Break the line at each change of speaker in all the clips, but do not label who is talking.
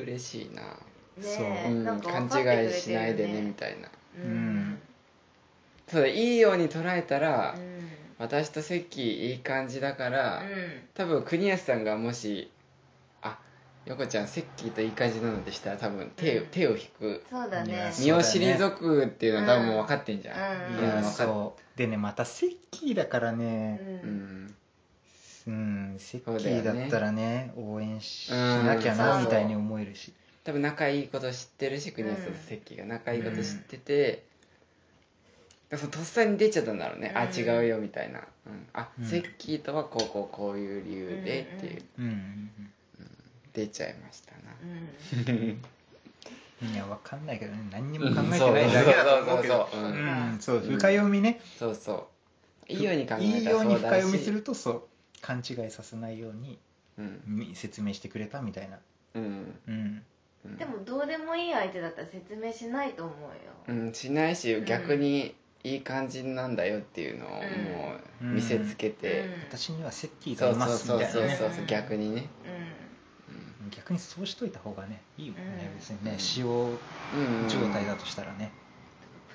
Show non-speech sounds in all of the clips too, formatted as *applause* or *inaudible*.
嬉しいな、
ねえ
うん
なんか
勘
分かってくれ
違
てるよ
い
ね
しないでねみたいな
うん
そうだいいように捉えたら、
うん
私と関いい感じだから、
うん
多分国安さんがもしあ横ちゃん関といい感じなのでしたら多分手,、
うん
手を引く
そうだ
い
ね
やそう
身を退くっていうのは多分もう分かってんじゃん、
うん
い
うん
や
分かっ
そうでねまたセッキーだから
う
ね
うんん
うんセッキ
そうだよ
ーだ
ね
ったらね応援しなきゃ
う
なんみたいに思えるし
多分仲いいこと知ってるし国安さんと関が仲いいこと知ってて、だからそのとっさに出ちゃったんだろうね、あ
うん
違うよみたいな、うん、あ、
うん
セッキーとはこうこうこういう理由でっていう、
うんうん
うん
出ちゃいましたな
うん
いやわかんないけどね何にも考えてないだけだと思うけど
そうそうそううそうん
そう深読みね
そうそういいように考
い
え
い
た
よ
ら
うに
そう
深
だし
読みするとそう勘違いさせないように
うん
み説明してくれたみたいな
うん
うん
うん
でもどうでもいい相手だったら説明しないと思うよ
うんしないし逆にいい感じなんだよっていうのをもう見せつけて、
うん
私にはセッキーが
そ
いう
そ
ま
う
す
そ
み
う
たいな
そう
ね
そう逆にね
う
逆にそうしといた方がねいいもんね
うん
別にね使用
うん、うん、
状態だとしたらね
ん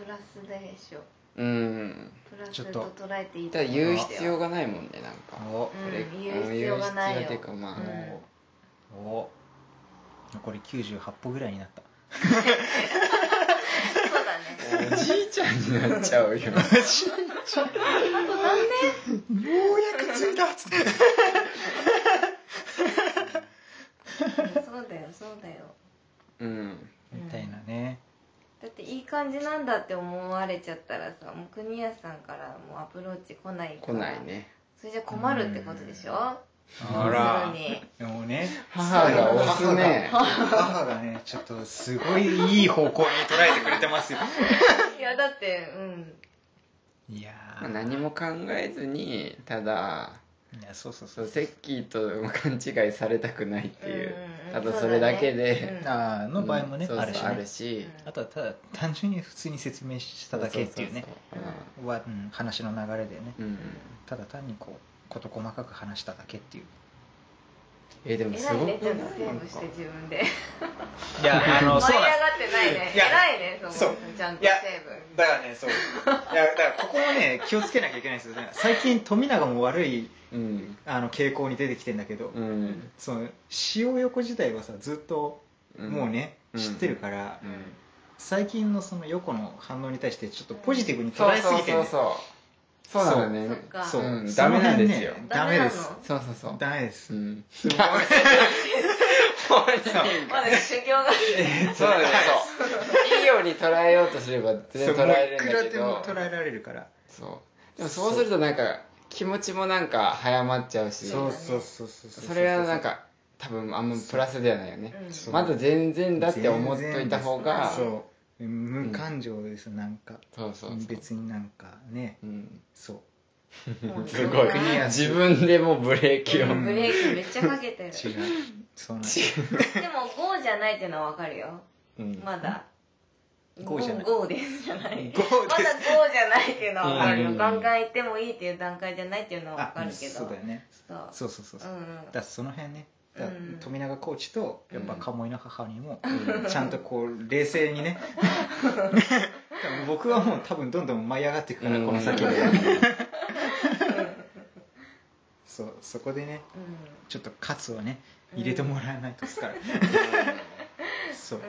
プラスでしょ
うん
プラ
ちょっ
ス
と
と捉えていい
ただ言う必要がないもんねなんか
お
うん
それ
言う必要がないよ
うん言う必要っていうかまあ、
おお残り98歩ぐらいになった
そうだね
おじいちゃんになっちゃうよ
あと何年
ようやく着いたっつって
そうだよそうだよ
うん
みたいなね
だっていい感じなんだって思われちゃったらさもう国安さんからもうアプローチ来ないか
来
ら
ないね
それじゃ困るってことでしょ
あ
要するに
でもね
母が押すね
母がねちょっとすごいいい方向に捉えてくれて
*laughs*
ますよ
いやだってうん
いや
まあ
ー
何も考えずにただ
いやそうそうそ
そううセッキーと勘違いされたくないっていう
うんうん
ただそれだけ
そうだ
で
ね
あーの場合も
う
ね
んそうそう
あるし
あ
ね
るし
うん
あとはただ単純に普通に説明しただけっていうね
そそ
はうん話の流れでね
そううんうん
ただ単にこう事細かく話しただけっていう
えでもす
偉
ご
い
くな
ね
い
ちゃんとセーブして自分で
いやあの
舞い上がってないね
いや
偉いねそ
そう
こちゃんと
い
セ
や
ーブ
だか
*laughs*
らねそういやだからここもね気をつけなきゃいけないんですよね最近富永も悪い
うん
あの傾向に出てきてんだけど、
うん
その塩横自体はさずっと
ん
もうね、
うん
知ってるから、
うん
最近のその横の反応に対してちょっとポジティブに捉えすぎてる、
そうそうそうそうなのね
そっか
そう
うんダ
その辺
メなんですよ
ねダメです
そうそうそう
ダメで
*laughs*
す、
うん
すごい
まだ修行が
そうだよそういいように捉えようとすれば
そう
全然捉えれるんだけ
もうい
ど
くらでも捉えられるから
そうでもそうするとなんか気持ちもなんか早まっちゃうし
そ
そうう
だね
そうそうそうう
それはなんか多分あんまプラスではないよね
うん
そう
まだ全然だって思っといた方が
全然ですそう無感情です、なんか
そうそうそう
別になんかね
うん
そう
もう
すごい
そう
国安
自分でもうブレーキを
うん
ブレーキめっちゃかけてる
違うそうなん
でも5じゃないっていうのはわかるよ
うん
まだ
5じゃない
5ですじゃない
ゴ
まだ
ー
5
で
じゃないっていうのは分かる
う
よ
ん
ガンガン行ってもいいっていう段階じゃないっていうのは
あ
分かるけど
そうだよね
そう
そうそうそうそう
うん
だからその辺ねだから
うん
富永コーチとやっぱ鴨居の母にも
うん
ちゃんとこう冷静にね僕はもう多分どんどん舞い上がっていくからこの先でそうそこでね
う
ちょっとカツをね入れてもらわないとですからそうん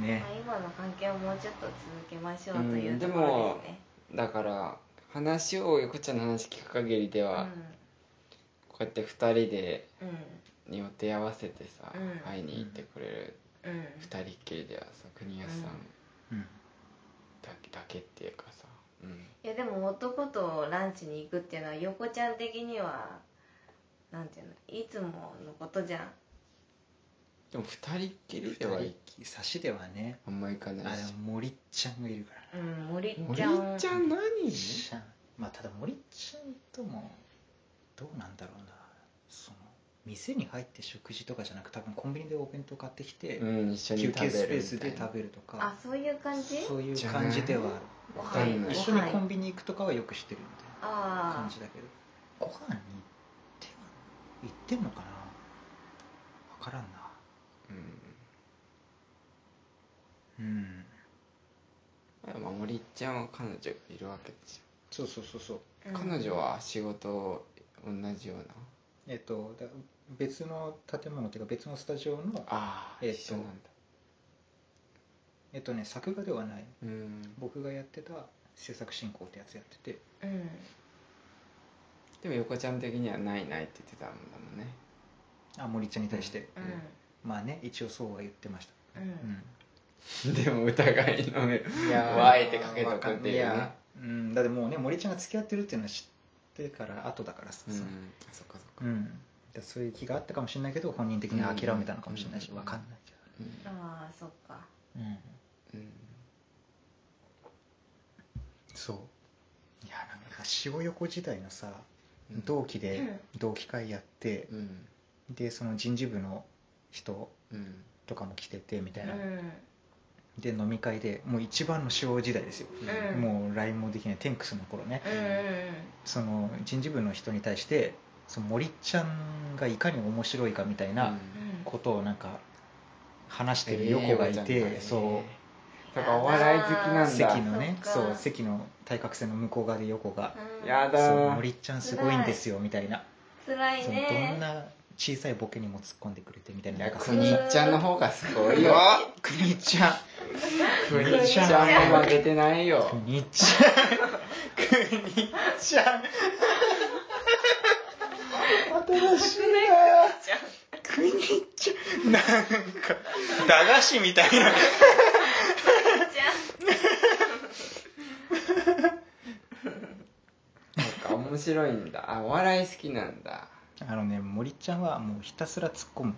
うん
ね
まあ今の関係をもうちょっと続けましょうといううんと
で
こ
も
ろですね
だから話を横ちゃんの話聞く限りでは、こうやって2人で
うん
予定合わせてさ、
うん
会いに行ってくれる
うんうん
2人っきりではさ国安さん
うん
だけ,、だけっていうかさ、うん、
いやでも男とランチに行くっていうのは横ちゃん的にはなんていうのいつものことじゃん
でも2人っきりでは
二人差しではね
あんま行か
あ
ないし
でも森ちゃんがいるから
うん森
森
ちゃん
ちゃん何
森ちゃんまあただ森ちゃんともどうなんだろうなその店に入って食事とかじゃなく多分コンビニでお弁当買ってきて、
うん、一緒に
休
食べ
憩
る
スペース
みたい
で
な
食べると
あ
か
そういう感じ
そういう感じでは
ご
かん
飯
ない
一緒にコ
ご
ン
飯
ビニ行くとかはよくしてるみたいな
あ
感
あ
じだけどご飯に行っては行ってんのかな分からんなうん
うんまあ森ちゃんは彼女いるわけでし
そうそうそうそう
ょ、彼女は仕事同じような
えっ、とだ別の建物っていうか別のスタジオの
ああ、
えっと
一緒なんだ
えっ、とね作画ではない
うん
僕がやってた制作進行ってやつやってて
うん
でも横ちゃん的にはないないって言ってたんだもんね *laughs*
あ森ちゃんに対して、
う
まあね一応そうは言ってました、
ん
う
うん
ん、
でも疑いの目
いやー
わーいってかけとくっていうね
わかんいやうん、だってもうね森ちゃんが付き合ってるっていうのは知ってから後だからさ、
うん
その
あそっかそっか、
うん、だからそういう気があったかもしれないけど本人的には諦めたのかもしれないし
うん
わかんないけ
うん
ああそっか
ど、うん、
うん
そういやなんか塩横時代のさ
うん
同期
う
で
ん
同期会やって
う、ん
でその人事部の人
うん
とかも来ててみた
う
い
ん
な、で飲み会でもう一番の塩時代ですよ、
うん
もう LINE もできないテンクスの頃ね、
うん
その人事部の人に対してその森ちゃんがいかに面白いかみたいな
うんうん
ことをなんか話してる横がいて、そ
だからお笑い好きな
うん席
だ
のね
そっか
そう席の対角線の向こう側で横が
うん
や
「そ
だ
う
ー
森ちゃんすごいんですよ」みたいな
辛い
その
ね
どんな小さいボケにも突っ込んでくれてみたいななんか
逆
その
にいっちゃんの方がすごいよ
くにちゃん
くにちゃんも負けてないよ
くにちゃんくにちゃん新しいなくにちゃんなんか駄菓子みたいな
じゃ
なんか面白いんだあお笑い好きなんだ
あのね森ちゃんはもうひたすら突っ込む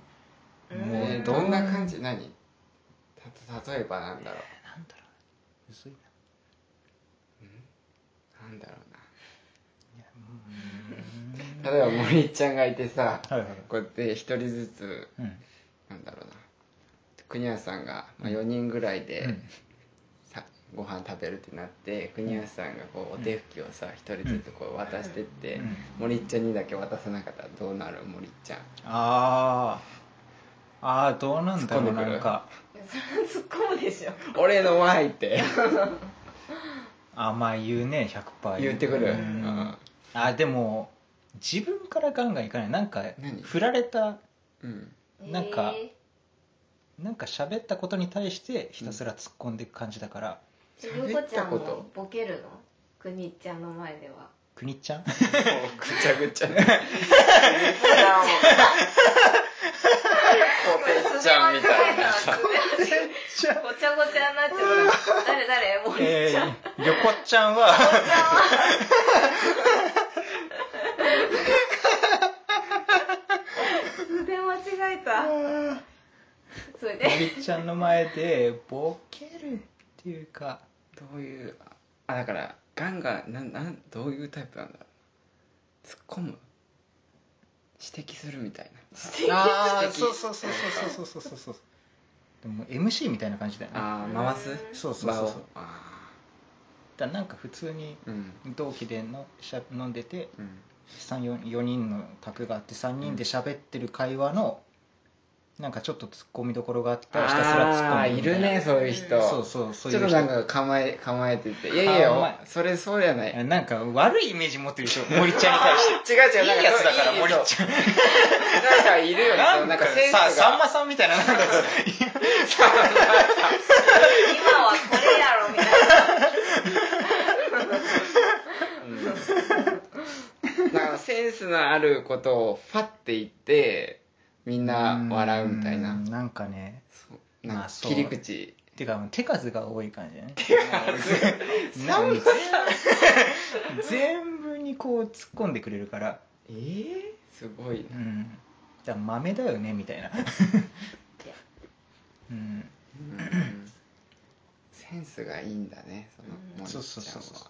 うん
もう
えーどんな感じ何た例えばなんだろ
なんだろうむずいな
うなんだろう
いやう
な例えば森ちゃんがいてさ
ーんはいはい
こうやって一人ずつ
うん
なんだろうな国安さんが、まあ、4人ぐらいで、
うん
さご飯食べるってなって国安さんがこうお手拭きをさ一人ずつこう渡してって、
うん
森ちゃんにだけ渡さなかったらどうなる森ちゃん
あーあーどうなんだろ
突
う
っ込んでく
な
る
んか
突っ込むでしょ
俺のワイって
甘い言うね100%
言ってくる、
う
うんん
あでも自分からガンガンいかないなんか
何
振られた *laughs*
うん、
なんか
え
なんか喋ったことに対してひたすら突っ込んでいく感じだから、
ーゆうこちゃん
喋ったこ
もボケるのくにちゃんの前では
くにちゃん
もうぐちゃぐちゃポテちゃんみたいなさ
ごちゃごちゃになっちゃった誰誰もう
えー、横ちゃん *laughs* は
筆間違えたそれ
く
で
にちゃんの前でボケるっていうか
どういうあだからガンガンなんなんどういうタイプなんだろう突っ込む指摘するみたい
あ
ー
あそうそうそうそうそうそうそうそうでも MC みたいな感じだよね
なあー回す
そうそうそう
場
そう
をあ
だなんか普通に
ーうん
同期でのしゃ飲んでて
うん
4人の卓があって3人で喋ってる会話のなんかちょっと突っ込みどころがあったらひたすら突っ
あ
込
ー
むみ
い
た
る
いな
ねそういう人
そうそうそういう
ちょ
人
っとなんか構え構えてていやいや
構え
それそうじゃない違う違う
なんか悪いイメージ持ってるでしょ森ちゃんに対していい
なん
や
そ
つ
う
だから
*laughs* いい
森
そう
ちゃん
なんかいるよねそ
な
の
ん
なん
か
かセンス
さ
が
さんまさんみたいななんか
今はこれやろみたいな
なんかセンスのあることをファって言ってみんな笑うみたいな
うんなんかね
そうなん
まあ
か
そう
切り口
てかもう手数が多い感じだね
さ *laughs* んまさん
全部にこう突っ込んでくれるから
えー、すごいな
うんじゃあ豆だよねみたいなうん
うんセンスがいいんだねその
うん
森ちゃんは
そうそうそうそう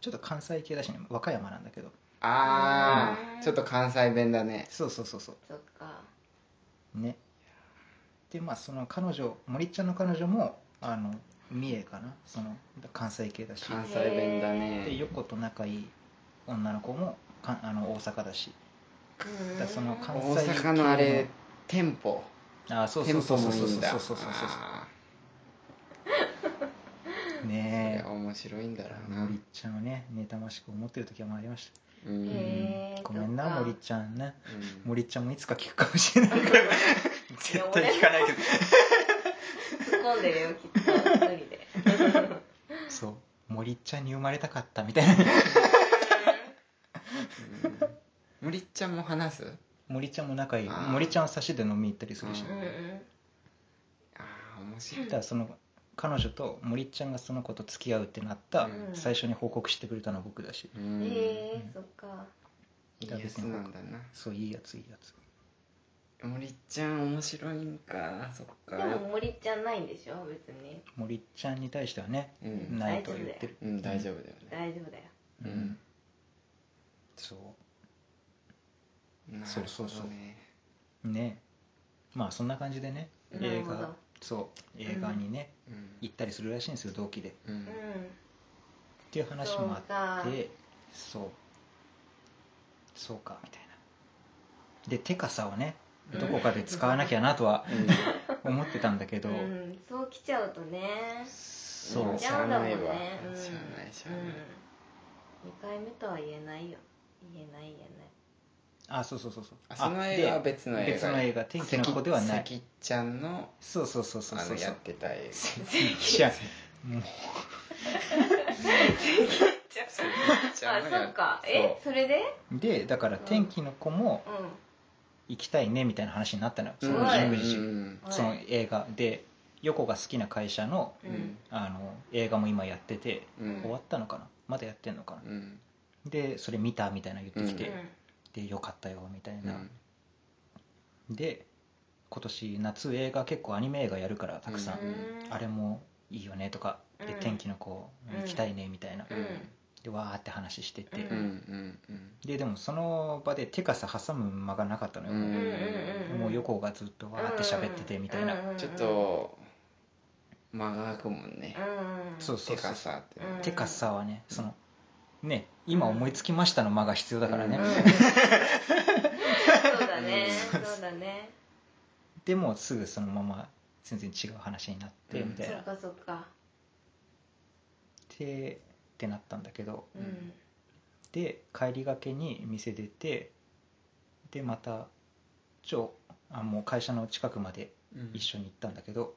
ちょっと関西系だしね和歌山なんだけど
あ
うん
あちょっと関西弁だね
そうそうそうそう
そっか
ねでまあその彼女森ちゃんの彼女もあの三重かなその関西系だし
関西弁だ
で
ね
横と仲いい女の子もかあの大阪だし
うん
だからその関
大阪のあれ店舗
あそう
テ
そう
ン
そ
ポ
う
も
そう
い
そう
いん
そ
だ
うそうそう
あ
そう
ーい
ね
や面白いんだろう
え
な
森ちゃんをね妬ましく思ってる時もありまし
うん、
た、
へえ
ごめん
そ
な
っか
森ちゃんね
うん
森ちゃんもいつか聞くかもしれないから *laughs* 絶対聞かないけど
突っ込んでるよきっと一人で
そう森ちゃんに生まれたかったみたいな
森ちゃんも話す
森ちゃんも仲いいよ
あー
森ちゃんは差しで飲み行ったりするし
うんうん
ああ面白い
だからその彼女と森ちゃんがその子と付き合うってなった、
うん
最初に報告してくれたのは僕だし
うん
へえそっか
いいやつなんだな
そういいやついいやつ
森ちゃん面白いんかそっ
で
か
も森ちゃんないんでしょ別に
森ちゃんに対してはね
うん
ないとは言ってる
うん大丈夫だよね
大丈夫だよ
う
うんんそ
なるほどね
そうそうそううねまあそんな感じでね
なる
映
ほど
画そう映画にね、
うん
行ったりするらしいんですよ同期でっ
うん
う
ていう話もあって
そう
そうそうかみたいなで手傘をねどこかで使わなきゃなとは思ってたんだけど、
ん、うん、そう来ちゃうとね
そう
行っちゃうんだもん
し
ね
ゃあないわ
うん、
しゃあないしゃあない
うん、2回目とは言えないよ言えない言
あそうそうそうそう
あその映画は
で
別の映画
別の映画天気の子ではない
関関ちゃんの
そうそうそうそう
あ
そ
の
う
やってた映
いやもう
画
えないあそっかえそれで
でだから天気の子も
う
行きたいねみたいな話になったのよ、
そ
そう
す
う
ご
の
ん
い
19時、
うん
ん
その映画で横が好きな会社の
う
うんん
あの映画も今やってて、
うん
終わったのかなまだやってんのかな、
うん
でそれ見たみたいな言ってき
で
て、でよかったよみたい
う
な、
ん
で今年夏映画結構アニメ映画やるからたくさん、
うん
あれもいいよねとかで
うん
天気の子行きたいねみたいな、
うん
でわーって話してて、
うんうんうん
ででもその場で手傘挟む間がなかったのよ、
うん
うんうんうん
もう横がずっとわーって喋っててみたいな、
うんうんうん
ちょっと間が空くもんね
うんうん
そう
手
そうそう
傘ってね
うん
手傘はねそのね今思いつきましたの間が必要だからね、
うん
うんそうだね
うん
そうだね
でもすぐそのまま全然違う話になって
うん
みた
そ
いな、
っかそっか
でってなったんだけど
うん
で帰りがけに店出てでまたちょあもう会社の近くまで
うん
一緒に行ったんだけど、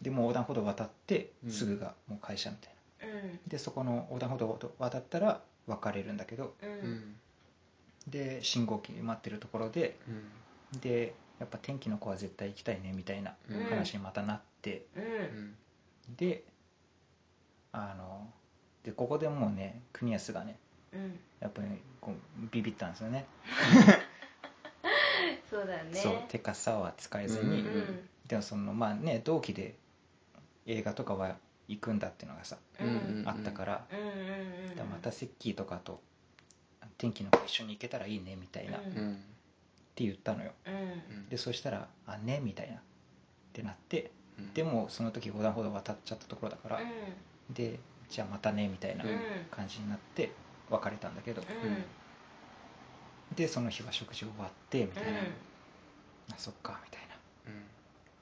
でもう横断歩道渡って
うん
すぐがもう会社みたいな、
うん
でそこの横断歩道を渡ったら別れるんだけど
う
うんん
で信号機待ってるところで
うん
でやっぱ天気の子は絶対行きたいねみたいな
うん
話にまたなって、
うん
うん
であのでここでもうね国安がね
うん
やっぱりこうビビったんですよね
そうだね
そう手傘は使えず
う
に、
ん
でもそのまあね同期で映画とかは行くんだっていうのがさ、
うんうん
うん
あったから,、
うんうんうん
またセッキーとかと天気の子一緒に行けたらいいねみたいな、
う
っ
ん
うん
て言ったのよ
うん
うん
でそしたら「あね」みたいなってなって
うん
でもその時横断歩道渡っちゃったところだから、でじゃあまたねみたいな
うん
感じになって別れたんだけど、
うんうん
でその日は食事終わってみたいな、
うん
あそっかみたいな
うん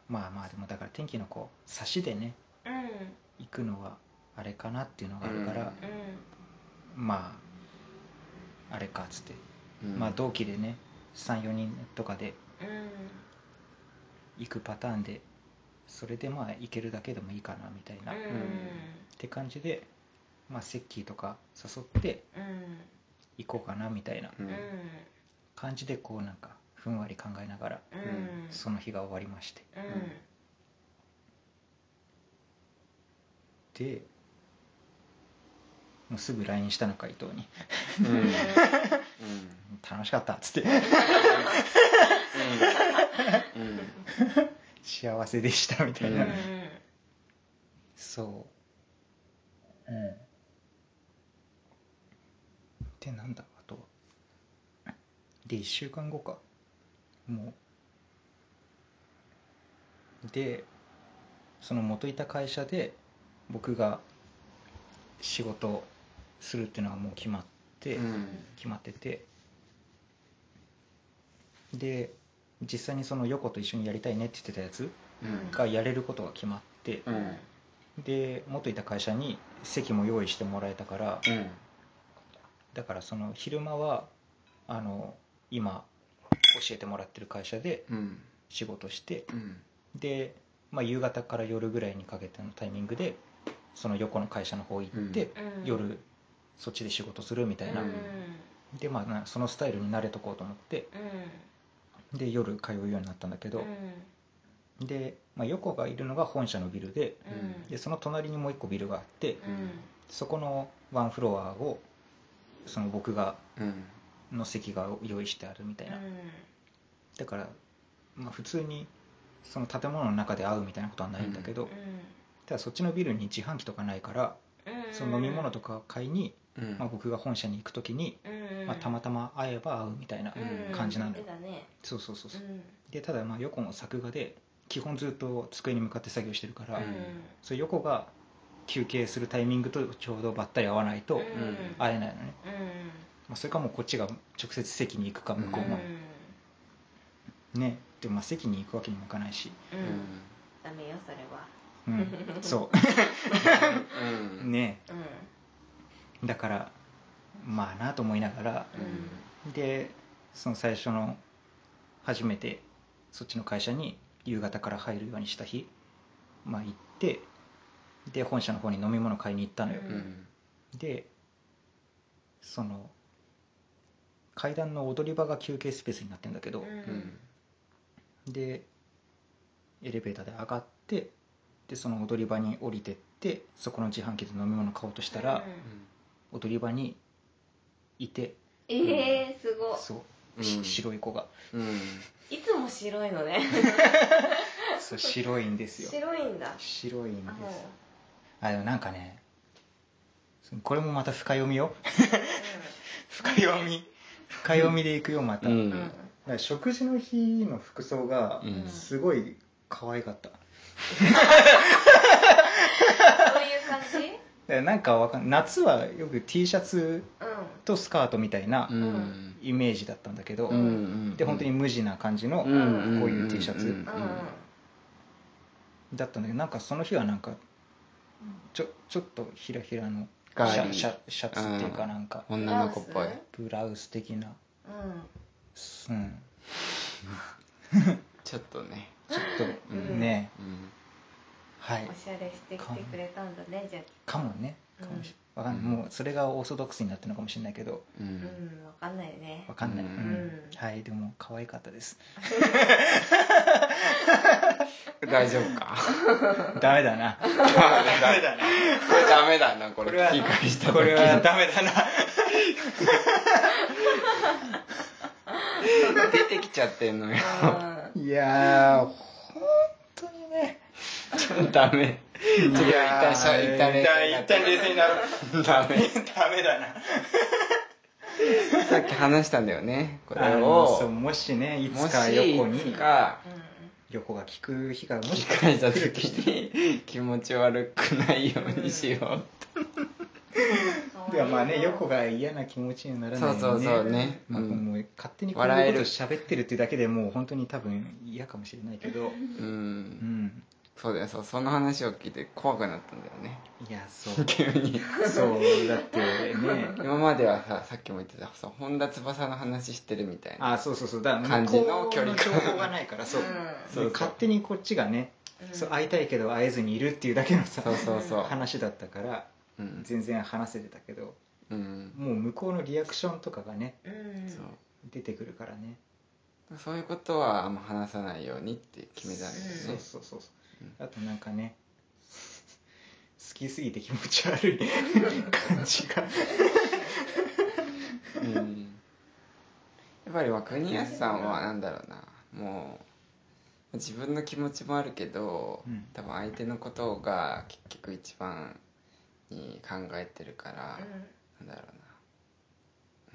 まあまあでもだから天気の子差しでね
うん
行くのはあれかなっていうのがあるから、まああれかっつって、
うん
まあ同期でね34人とかで
うんうん
行くパターンでそれでまあ行けるだけでもいいかなみたいな、っ
う
て感じでまあセッキーとか誘って
んうん
行こうかなみたいな
うん
う
感じでこうなんかふんわり考えながら
んうん
その日が終わりまして
うん
でもうすぐ LINE したのか伊藤に
うんうん
「楽しかった」っつって *laughs*
うんうん
「幸せでした」みたいな、
うん
そううんでなんだあとはで1週間後かもうでその元いた会社で僕が仕事をするっていうのがもう決まって、
うん
決まっててで実際にその横と一緒にやりたいねって言ってたやつ
うん
がやれることが決まって
うん
で元いた会社に席も用意してもらえたから
うん
だからその昼間はあの今教えてもらってる会社で
うん
仕事して
うん
で、まあ、夕方から夜ぐらいにかけてのタイミングでその横の会社の方行って、
うん
夜そっちで仕事するみたい
うん
な、でまあなそのスタイルに慣れとこうと思ってで夜通うようになったんだけ
うん
ど、で、まあ、横がいるのが本社のビルで
うん
でその隣にもう一個ビルがあって
うん
そこのワンフロアをその僕が
うん
の席が用意してあるみたいな、
う
だから、まあ、普通にその建物の中で会うみたいなことはないんだけど、
んうん
ただそっちのビルに自販機とかないから、その飲み物とか買いに、
うん
まあ、僕が本社に行く時に、まあ、たまたま会えば会うみたいな、
うん
感じなの
よ
よ。そうそうそ
う
うそうんでただまあ横も作画で基本ずっと机に向かって作業してるから、
うん
そう横が休憩するタイミングとちょうどばったり会わないと
うん
会えないのね、
うん
まあ、それかもうこっちが直接席に行くか向こう
うん
も、ねでもまあ席に行くわけにもいかないし、
う
うんん
ダメよそれは
*laughs*
うん、そう
うん
ね
うん
だからまあなと思いながら
うん
でその最初の初めてそっちの会社に夕方から入るようにした日、まあ、行ってで本社の方に飲み物買いに行ったのよ、
うん
でその階段の踊り場が休憩スペースになってるんだけど、
うん
でエレベーターで上がってでその踊り場に降りてってそこの自販機で飲み物買おうとしたら、踊り場にいて
ええすご
そう、
うん
し白い子が
うん
いいつも白いのね
そう白いんです *laughs* よ
白いんだ
白いんで
あ
すあでもなんかねこれもまた深読みよ *laughs* 深読み深読みでいくよまた、
う
だ
うんんうん
から食事の日の服装が
うん
すごい可愛かった、だか
そういう感じ
らなんかわかん夏はよく T シャツ
う
とスカートみたいな
うんうん
イメージだったんだけど、
うん
で本当に無地な感じの、
うんうん
こういう T シャツ
うん
んうん
だったんだけどなんかその日はなんかちょちょっとひらひらのシ
ガーリ
ャ
ー
シャシャツっていうかなんか
女の子っぽい
ブラウス的な、
うん
うん、
ちょっとね
ちょっと
うん
ね、
うん
はい
おしゃれしてきてくれたんだねじゃあ
かもねかもしわかんない
うん
もうそれがオーソドックスになってるのかもしれないけど
う
うんんわかんないよね
わかんない、
うん
うん
はいでも可愛かったです *laughs*
大丈夫か
ダメだな
ダメだ
だな
これダメだなこ
こ
れ
れは
聞き返した時
*laughs* これはダメだな
出てきちゃってんのよ
うん
いやー本当にね
ちょっとダメちょっと一旦しゃ一旦冷静になって
冷静になる
ダメ
*laughs* ダメだな
さっき話したんだよねこ
あ
れ
のそう
を
もしねい
も
つか
し
横に
いつか
横が効く日がも
機
しか
会した時に気持ち悪くないようにしようって
うん
いやまあね
可愛い
横が嫌な気持ちにならない
そ
よ
うそうそうね
ま
う
あ、も
ん
う勝手にこういうこと喋ってるっていうだけでもう本当に多分嫌かもしれないけど、
*laughs* う
うんん、
そうだよそうその話を聞いて怖くなったんだよね
いやそう
急に
そうだってね
*laughs* 今まではささっきも言ってたそう本田翼の話してるみたいな
あそうそうそうだから
感じの距離
向こ
感
うの情報がないからそう,、
うん
そうそう
勝手にこっちがね、
うん
そう会いたいけど会えずにいるっていうだけのさ
そうそうそう
話だったから
うん
全然話せてたけど
うん
もう向こうのリアクションとかがね
うん
そう
出てくるからね
そういうことはあんま話さないようにって決めたんだよ
そう
ね
そうそうそう、あとなんかね *laughs* 好きすぎて気持ち
*laughs*
悪い感じが
うんやっぱりまあ国安さんはなんだろうなもう自分の気持ちもあるけど、
うん
多分相手のことが結局一番に考えてるから、なんだろ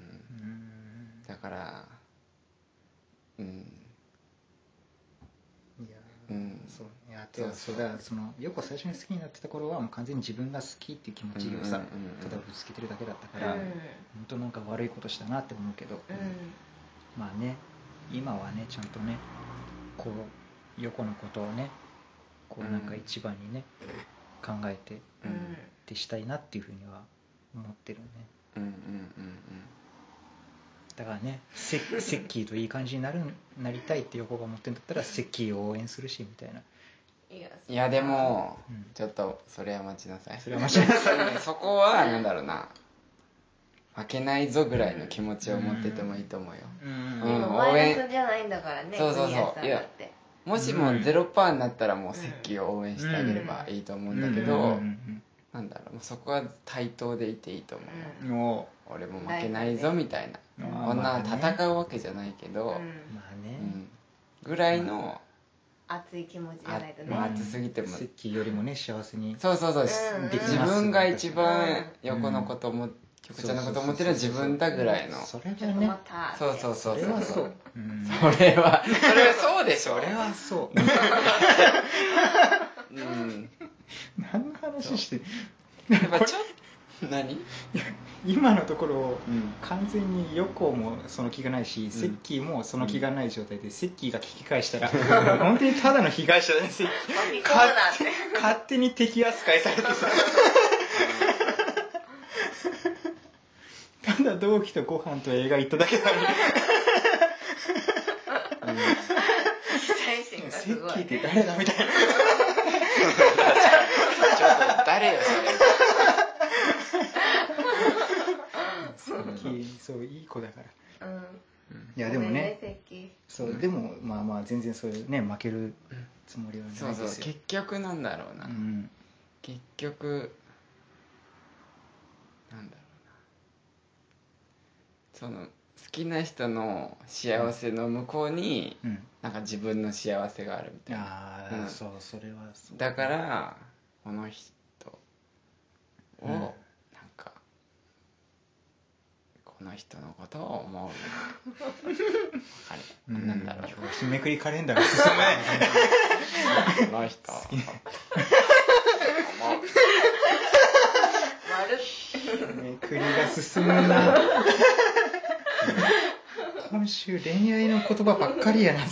うな、
うー
う
ん
ん、だからうん
いやー
うん
そういやてかそうだからそのよく最初に好きになってた頃はもう完全に自分が好きっていう気持ちをさ
うんうんうんうん
ただぶつけてるだけだったか
う
ら、
ん
本当なんか悪いことしたなって思うけど、
うん
まあね今はねちゃんとねこう横のことをねこうなんか一番にね、考えて
うん
ってしたいなっていうふうには思ってるね
うんうん
だからね *laughs* セセッキーといい感じになるなりたいって横が思ってんだったらセッキーを応援するしみたいな、
うんいや
うんいやでも
うん、
ちょっとそれは待ちなさい
それは間違いない
それね *laughs* そこはなんだろうな負けないぞぐらいの気持ちを持っててもいいと思うよ
うん
でもマイナスじゃないんだからね
そうそうそう
国安さんだって
もしも0%になったらもう石器を応援してあげればいいと思うんだけど、
う
うん
なんだろうもうそこは対等でいていいと思う、
うんうんも
俺も負けないぞみたいな、
う
うん
こんな
う
戦うわけじゃないけど、
うん
まあ
う
ね、
んぐらいの、
熱い気持ちじゃ
あ
ないとね、
まあ熱すぎても
セッキーよりもね幸せに
そうそうそう、
うんうん
で自分が一番横のことも、曲ちゃんのこと思ってるのは自分だぐらいの
それ
ちょ
は
っと
ね
待った
そうそう
そ
そう
それはそうう、うん、
それはそれはそうでしょ
それはそう
*laughs* うん
何の話して
やっぱちょっと *laughs* 何
今のところ
うん
完全に横もその気がないし、セッキーもその気がない状態で、セッキーが聞き返し
*laughs*
たら本当にただの被害者だねセッキー
うコーナーって
勝手に敵扱いされてさただ同期とご飯と映画行っただけなのに
精神が
セ
す
ッ
ご
キ
い
ーって誰だみたいな
ちょっと誰よそ
セッキーそういい子だから
うん
いやでも
ごめん
ね
セッキ
そう、
うん
でもまあまあ全然そういうね負ける
うん
つもりはないです
れ
よ
そうそう結局なんだろうな、
うん
結局なんだろうなその好きな人の幸せの向こうに、
うん
なんか自分の幸せがあるみたいな
ああ、
うん
そうそれはそう
だからこの人を、
うん
なんかこの人のことを
*laughs*
思うわか
う
る
ん
なんだろう
今日締めくりカレンダーが進むね
この人を思う
ー悪っ
締めくりが進む
*laughs*
な今週恋愛の言葉ばっかりやな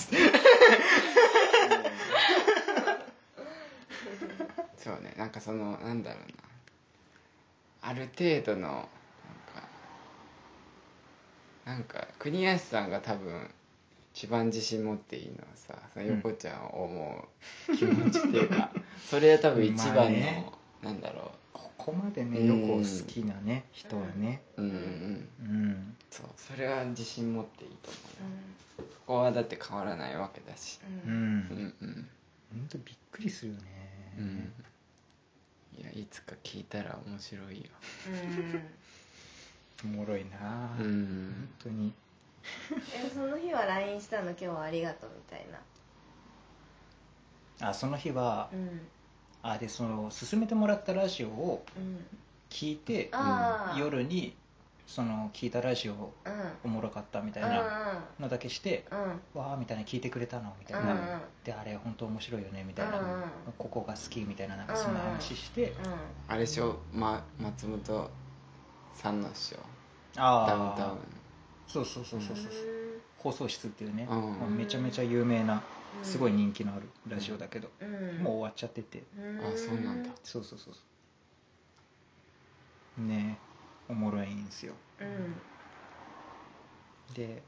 そうねなんかそのなんだろうなある程度のなんかなんか国安さんが多分一番自信持っていいのはさその
うん
横ちゃんを思う気持ちっていう
*laughs*
か、それは多分一番の、
まあね
なんだろ
ここまで
う
ね
ん
横を好きなね人はね
ううんうん
うん
そうそれは自信持っていいと思う
う
よ、
ん
そこはだって変わらないわけだし
う
うん
うんんうん
ほんとびっくりするよね
うんいやいつか聞いたら面白いよ
うん
おもろいな
う
本
ん
当に
えその日は LINE したの今日はありがとうみたいな
あその日は
うん
あでその勧めてもらったラジオを
うん
聞いて
ああ
夜にその聞いたラジオ
うんうん
おもろかったみたいな
う
のだけして
んうん
わあみたいな聞いてくれたのみたい
うんう
な、
ん
であれ本当面白いよねみたいな、
うんうん
ここが好きみたいななんかそんな話して、
う
あれでしょ、ま、松本さんのっしょダウ
あ
ン
あ
タウン
そうそうそうそうそう、
ん
放送室っていうね、
うん
まあめちゃめちゃ有名な
うん
すごい人気のあるラジオだけど、
うん
もう終わっちゃってて
うん
あそうなんだ
そうそうそうそうねえおもろいんですよ
うん
で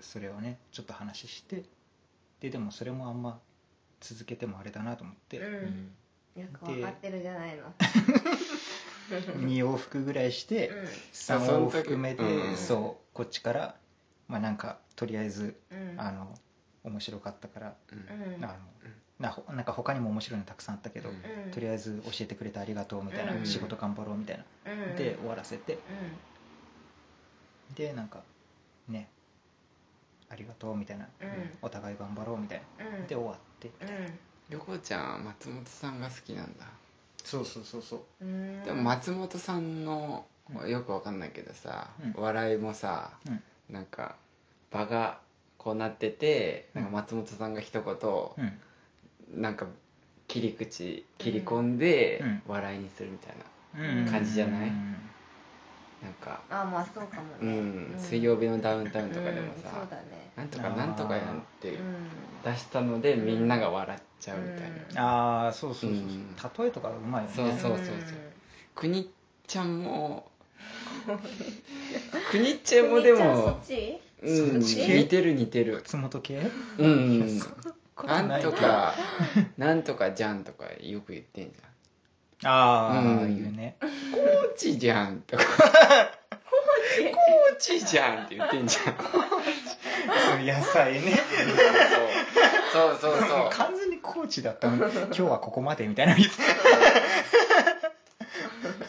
それをねちょっと話してででもそれもあんま続けてもあれだなと思っ
う
て、
んよく分かってるじゃないの
2往復ぐらいして、3
あその
往
時
復目で、
うん
そうこっちからまあなんかとりあえず、
うんうん
あの面白かったから、
うん
うん
あのなほなんか他にも面白いのたくさんあったけど、
うん
うん
とりあえず教えてくれてありがとうみたいな、
うん
仕事頑張ろうみたいな、
うん
で終わらせて
うん
でなんかねありがとうみたいな、
うん
お互い頑張ろうみたいな、
うん
で終わって
横ちゃんは松本さんが好きなんだ
そうそうそうそ
う
う
ん
でも松本さんの
うん
よくわかんないけどさ、
うん
笑いもさ、
うん
なんか場がこうなっててなんか
うん
松本さんが一
うん、
言、なんか切り口切り込んで
うん
笑いにするみたいな、
うん
感じじゃない
うん
なんか
ああまあそうかも
う
ね、
ん水曜日のダウンタウンとかでも
うん、そう
さ
だね
なんとかなんとかやんって
う
出したのでみんなが笑っちゃうみたいな
うん
ああそうそうそう
うん
そう、例えとかうまいよね
そうそうんそう国ちゃん *laughs* も国ちゃんもで
国ちゃんそ
も
っち
うん
そっち
似てる似てる
松本系
うん
こと
な
ない
んとかなんとかじゃんとかよく言ってんじゃん
ああ、
うん
いうね
コーチじゃんとかコーチじゃんって言ってんじゃん
野菜ね
そうそうそうそう
*laughs* 完全にコーチだ
*laughs*
ったのに今日はここまでみたいな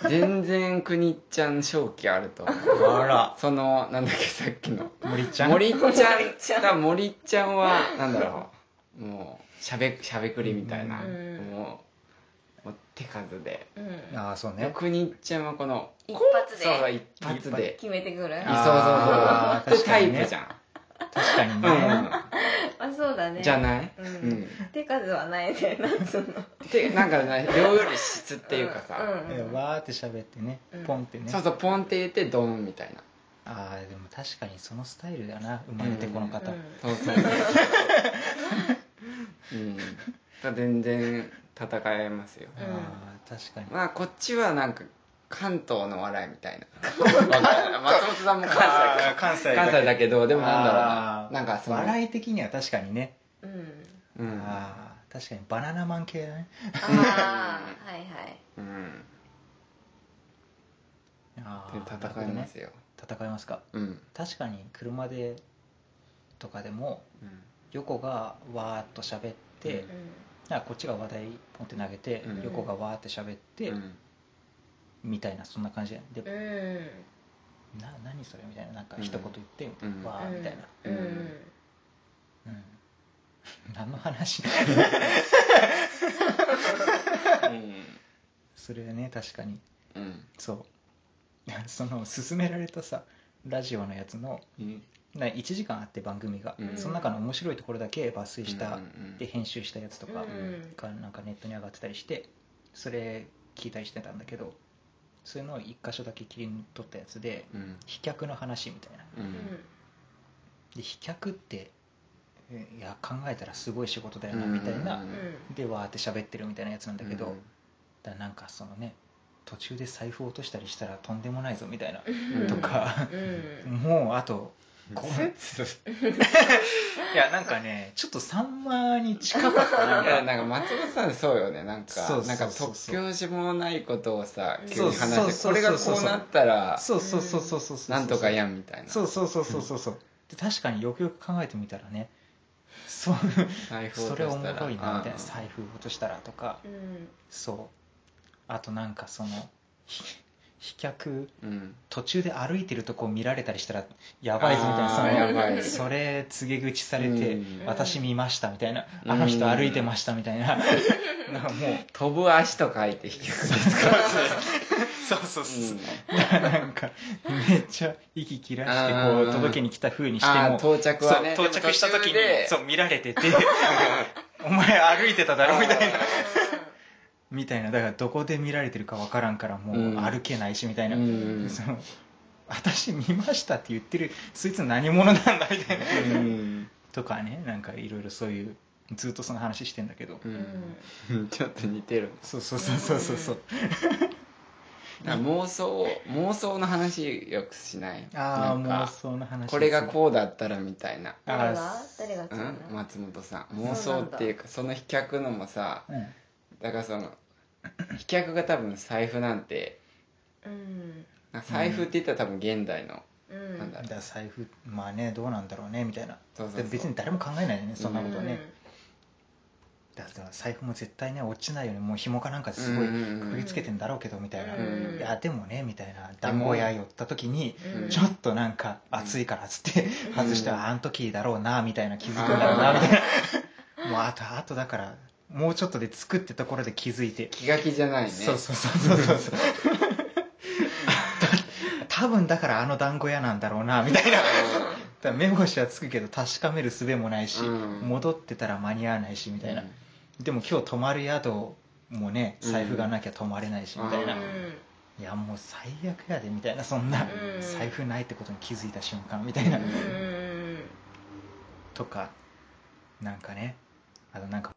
全然国ちゃん正気あると思う
あら
そのなんだっけさっきの
森ちゃん
森ちゃんだ
森ちゃん
から森ちゃんはなんだろうもうしゃべしゃべくりみたいな、
うん
もうもう手数で、
うん
ああそうね
ね、国ちゃんはこの
一発で
そうそう一発で
決めてくる
い
あ
そう
あー
そうそうタ
確かに
イ
ね
プじゃん、
確かに
う
ね、
ん
あそうだね
じゃない、
う
うんん
手数はな
*laughs*
いねなんつうの
でなんかね量より質っていうかさ、
うん
え
うん
わーって喋ってね、
うん
ポンってね
そうそうポンって入れてドンみたいな
ああでも確かにそのスタイルだな生まれてこの方、
うん
そう
*laughs*
そううんだ全然戦えますよ
ああ確かに、
まあこっちはなんか関東の笑いみたいなわかんない松本さんも関西
あー
か
関西
関西だけどでもなんだろうな
あー
なんかその
笑い的には確かにね、
うん
うん
ああ確かにバナナマン系だね
ああはいはい
うん
あ
で
あ
戦えます
よ、
よ
戦いますか
うん
確かに車でとかでも
うん
横がわーっと喋って、
うん
なんかこっちが話題ポンって投げて、
うん
横がわーって喋って、
うん
みたいなそんな感じで、
うんうん
な何それみたいななんか一言言って、
うん
わーみたいな、
うん
うん *laughs* 何の話 *laughs* それね確かに
うん
そう *laughs* その勧められたさラジオのやつの
うん
な1時間あって番組が、
うん
その中の面白いところだけ抜粋した、
うんうん
で編集したやつとか
うん
がなんかネットに上がってたりしてそれ聞いたりしてたんだけどそういうのを1箇所だけ切り取ったやつで
うん
飛脚の話みたいな
う
うんん
で飛脚ってえいや考えたらすごい仕事だよなみたいな、
うん
でわーって喋ってるみたいなやつなんだけど、
うん
だからなんかそのね途中で財布落としたりしたらとんでもないぞみたいな
うん
と
*laughs*
か、
うん
もうあとこ
い
う *laughs* いやなんかねちょっとサンマに近かったなみた
や
いな
なんか松本さんそうよねなんか
そう
なんか
そう
突
そう
拍子もないことをさ
うん
急に
そ
話して
うそうそうそう
これがこうなった *laughs* ら
そうそうそうそうそうそう
なんとかやんみたいな
そうそうそうそうそうそうで確かによくよく考えてみたらねそう
財布を
そ
落
れ
とした
おも
ら
ろいなみたい
うん
な財布落としたらとか
うん
そうあとなんかそのひ飛脚
うん
途中で歩いてるとこ見られたりしたらやばいぞみたいなその
あーやばい
それ告げ口されて、
うん
私見ましたみたいな、
うん
あの人歩いてましたみたいな、なんかもう
飛ぶ足と書いて引きですか
そう *laughs* そ
ら
うそう、 *laughs* なんかめっちゃ息切らしてこ
あ
う
ー
届けに来た風にして
あー
も
到着はね
そう到着した時に
でも途中で
そう見られ
*laughs*
ててお前歩いてただろみたいなみたいなだからどこで見られてるかわからんからもう歩けないしみたいな、
うん
その私見ましたって言ってるそいつ何者なんだみたい
う
な、
ん
とかねなんかいろいろそういうずっとその話してんだけど、
うんちょっと似てる
そうそうそうそうそうそう
なんか妄想妄想の話よくしない
ああ
なん
妄
か
想の話
これがこうだったらみたいな
誰
あ
が誰が違
う
うの
ん松本さん妄想っていうかその飛脚のもさ
う、うん、
だからその飛脚が多分財布なんて
うん
なんか財布って言ったら多分現代の、
うん
なんだ
だから財布まあねどうなんだろうねみたいな
そうそうそう
で別に誰も考えないよねそんなことはね、
うん
だから財布も絶対ね落ちないようにもう紐かなんかですごい
うんうんうん
くくりつけてんだろうけどみたいな、
うん
いやでもねみたいな団子屋寄った時に、
うん
ちょっとなんか暑いからっつって
ん
外して、
うん
あん時だろうなみたいな気づくんだろうなみたいなもうあとあとだからもうちょっとで作ってところで気づいて、
気が気じゃないね
そうそうそうそうそう多分だからあの団子屋なんだろうなみたいなだから目星はつくけど確かめる術もないし、
うん
戻ってたら間に合わないしみたいな、
うん
でも今日泊まる宿もね財布がなきゃ泊まれないしみたいな、
うん
いやもう最悪やでみたいなそんな、
うん
財布ないってことに気づいた瞬間みたいな、
うんうんうんうん
とかなんかねあとなんか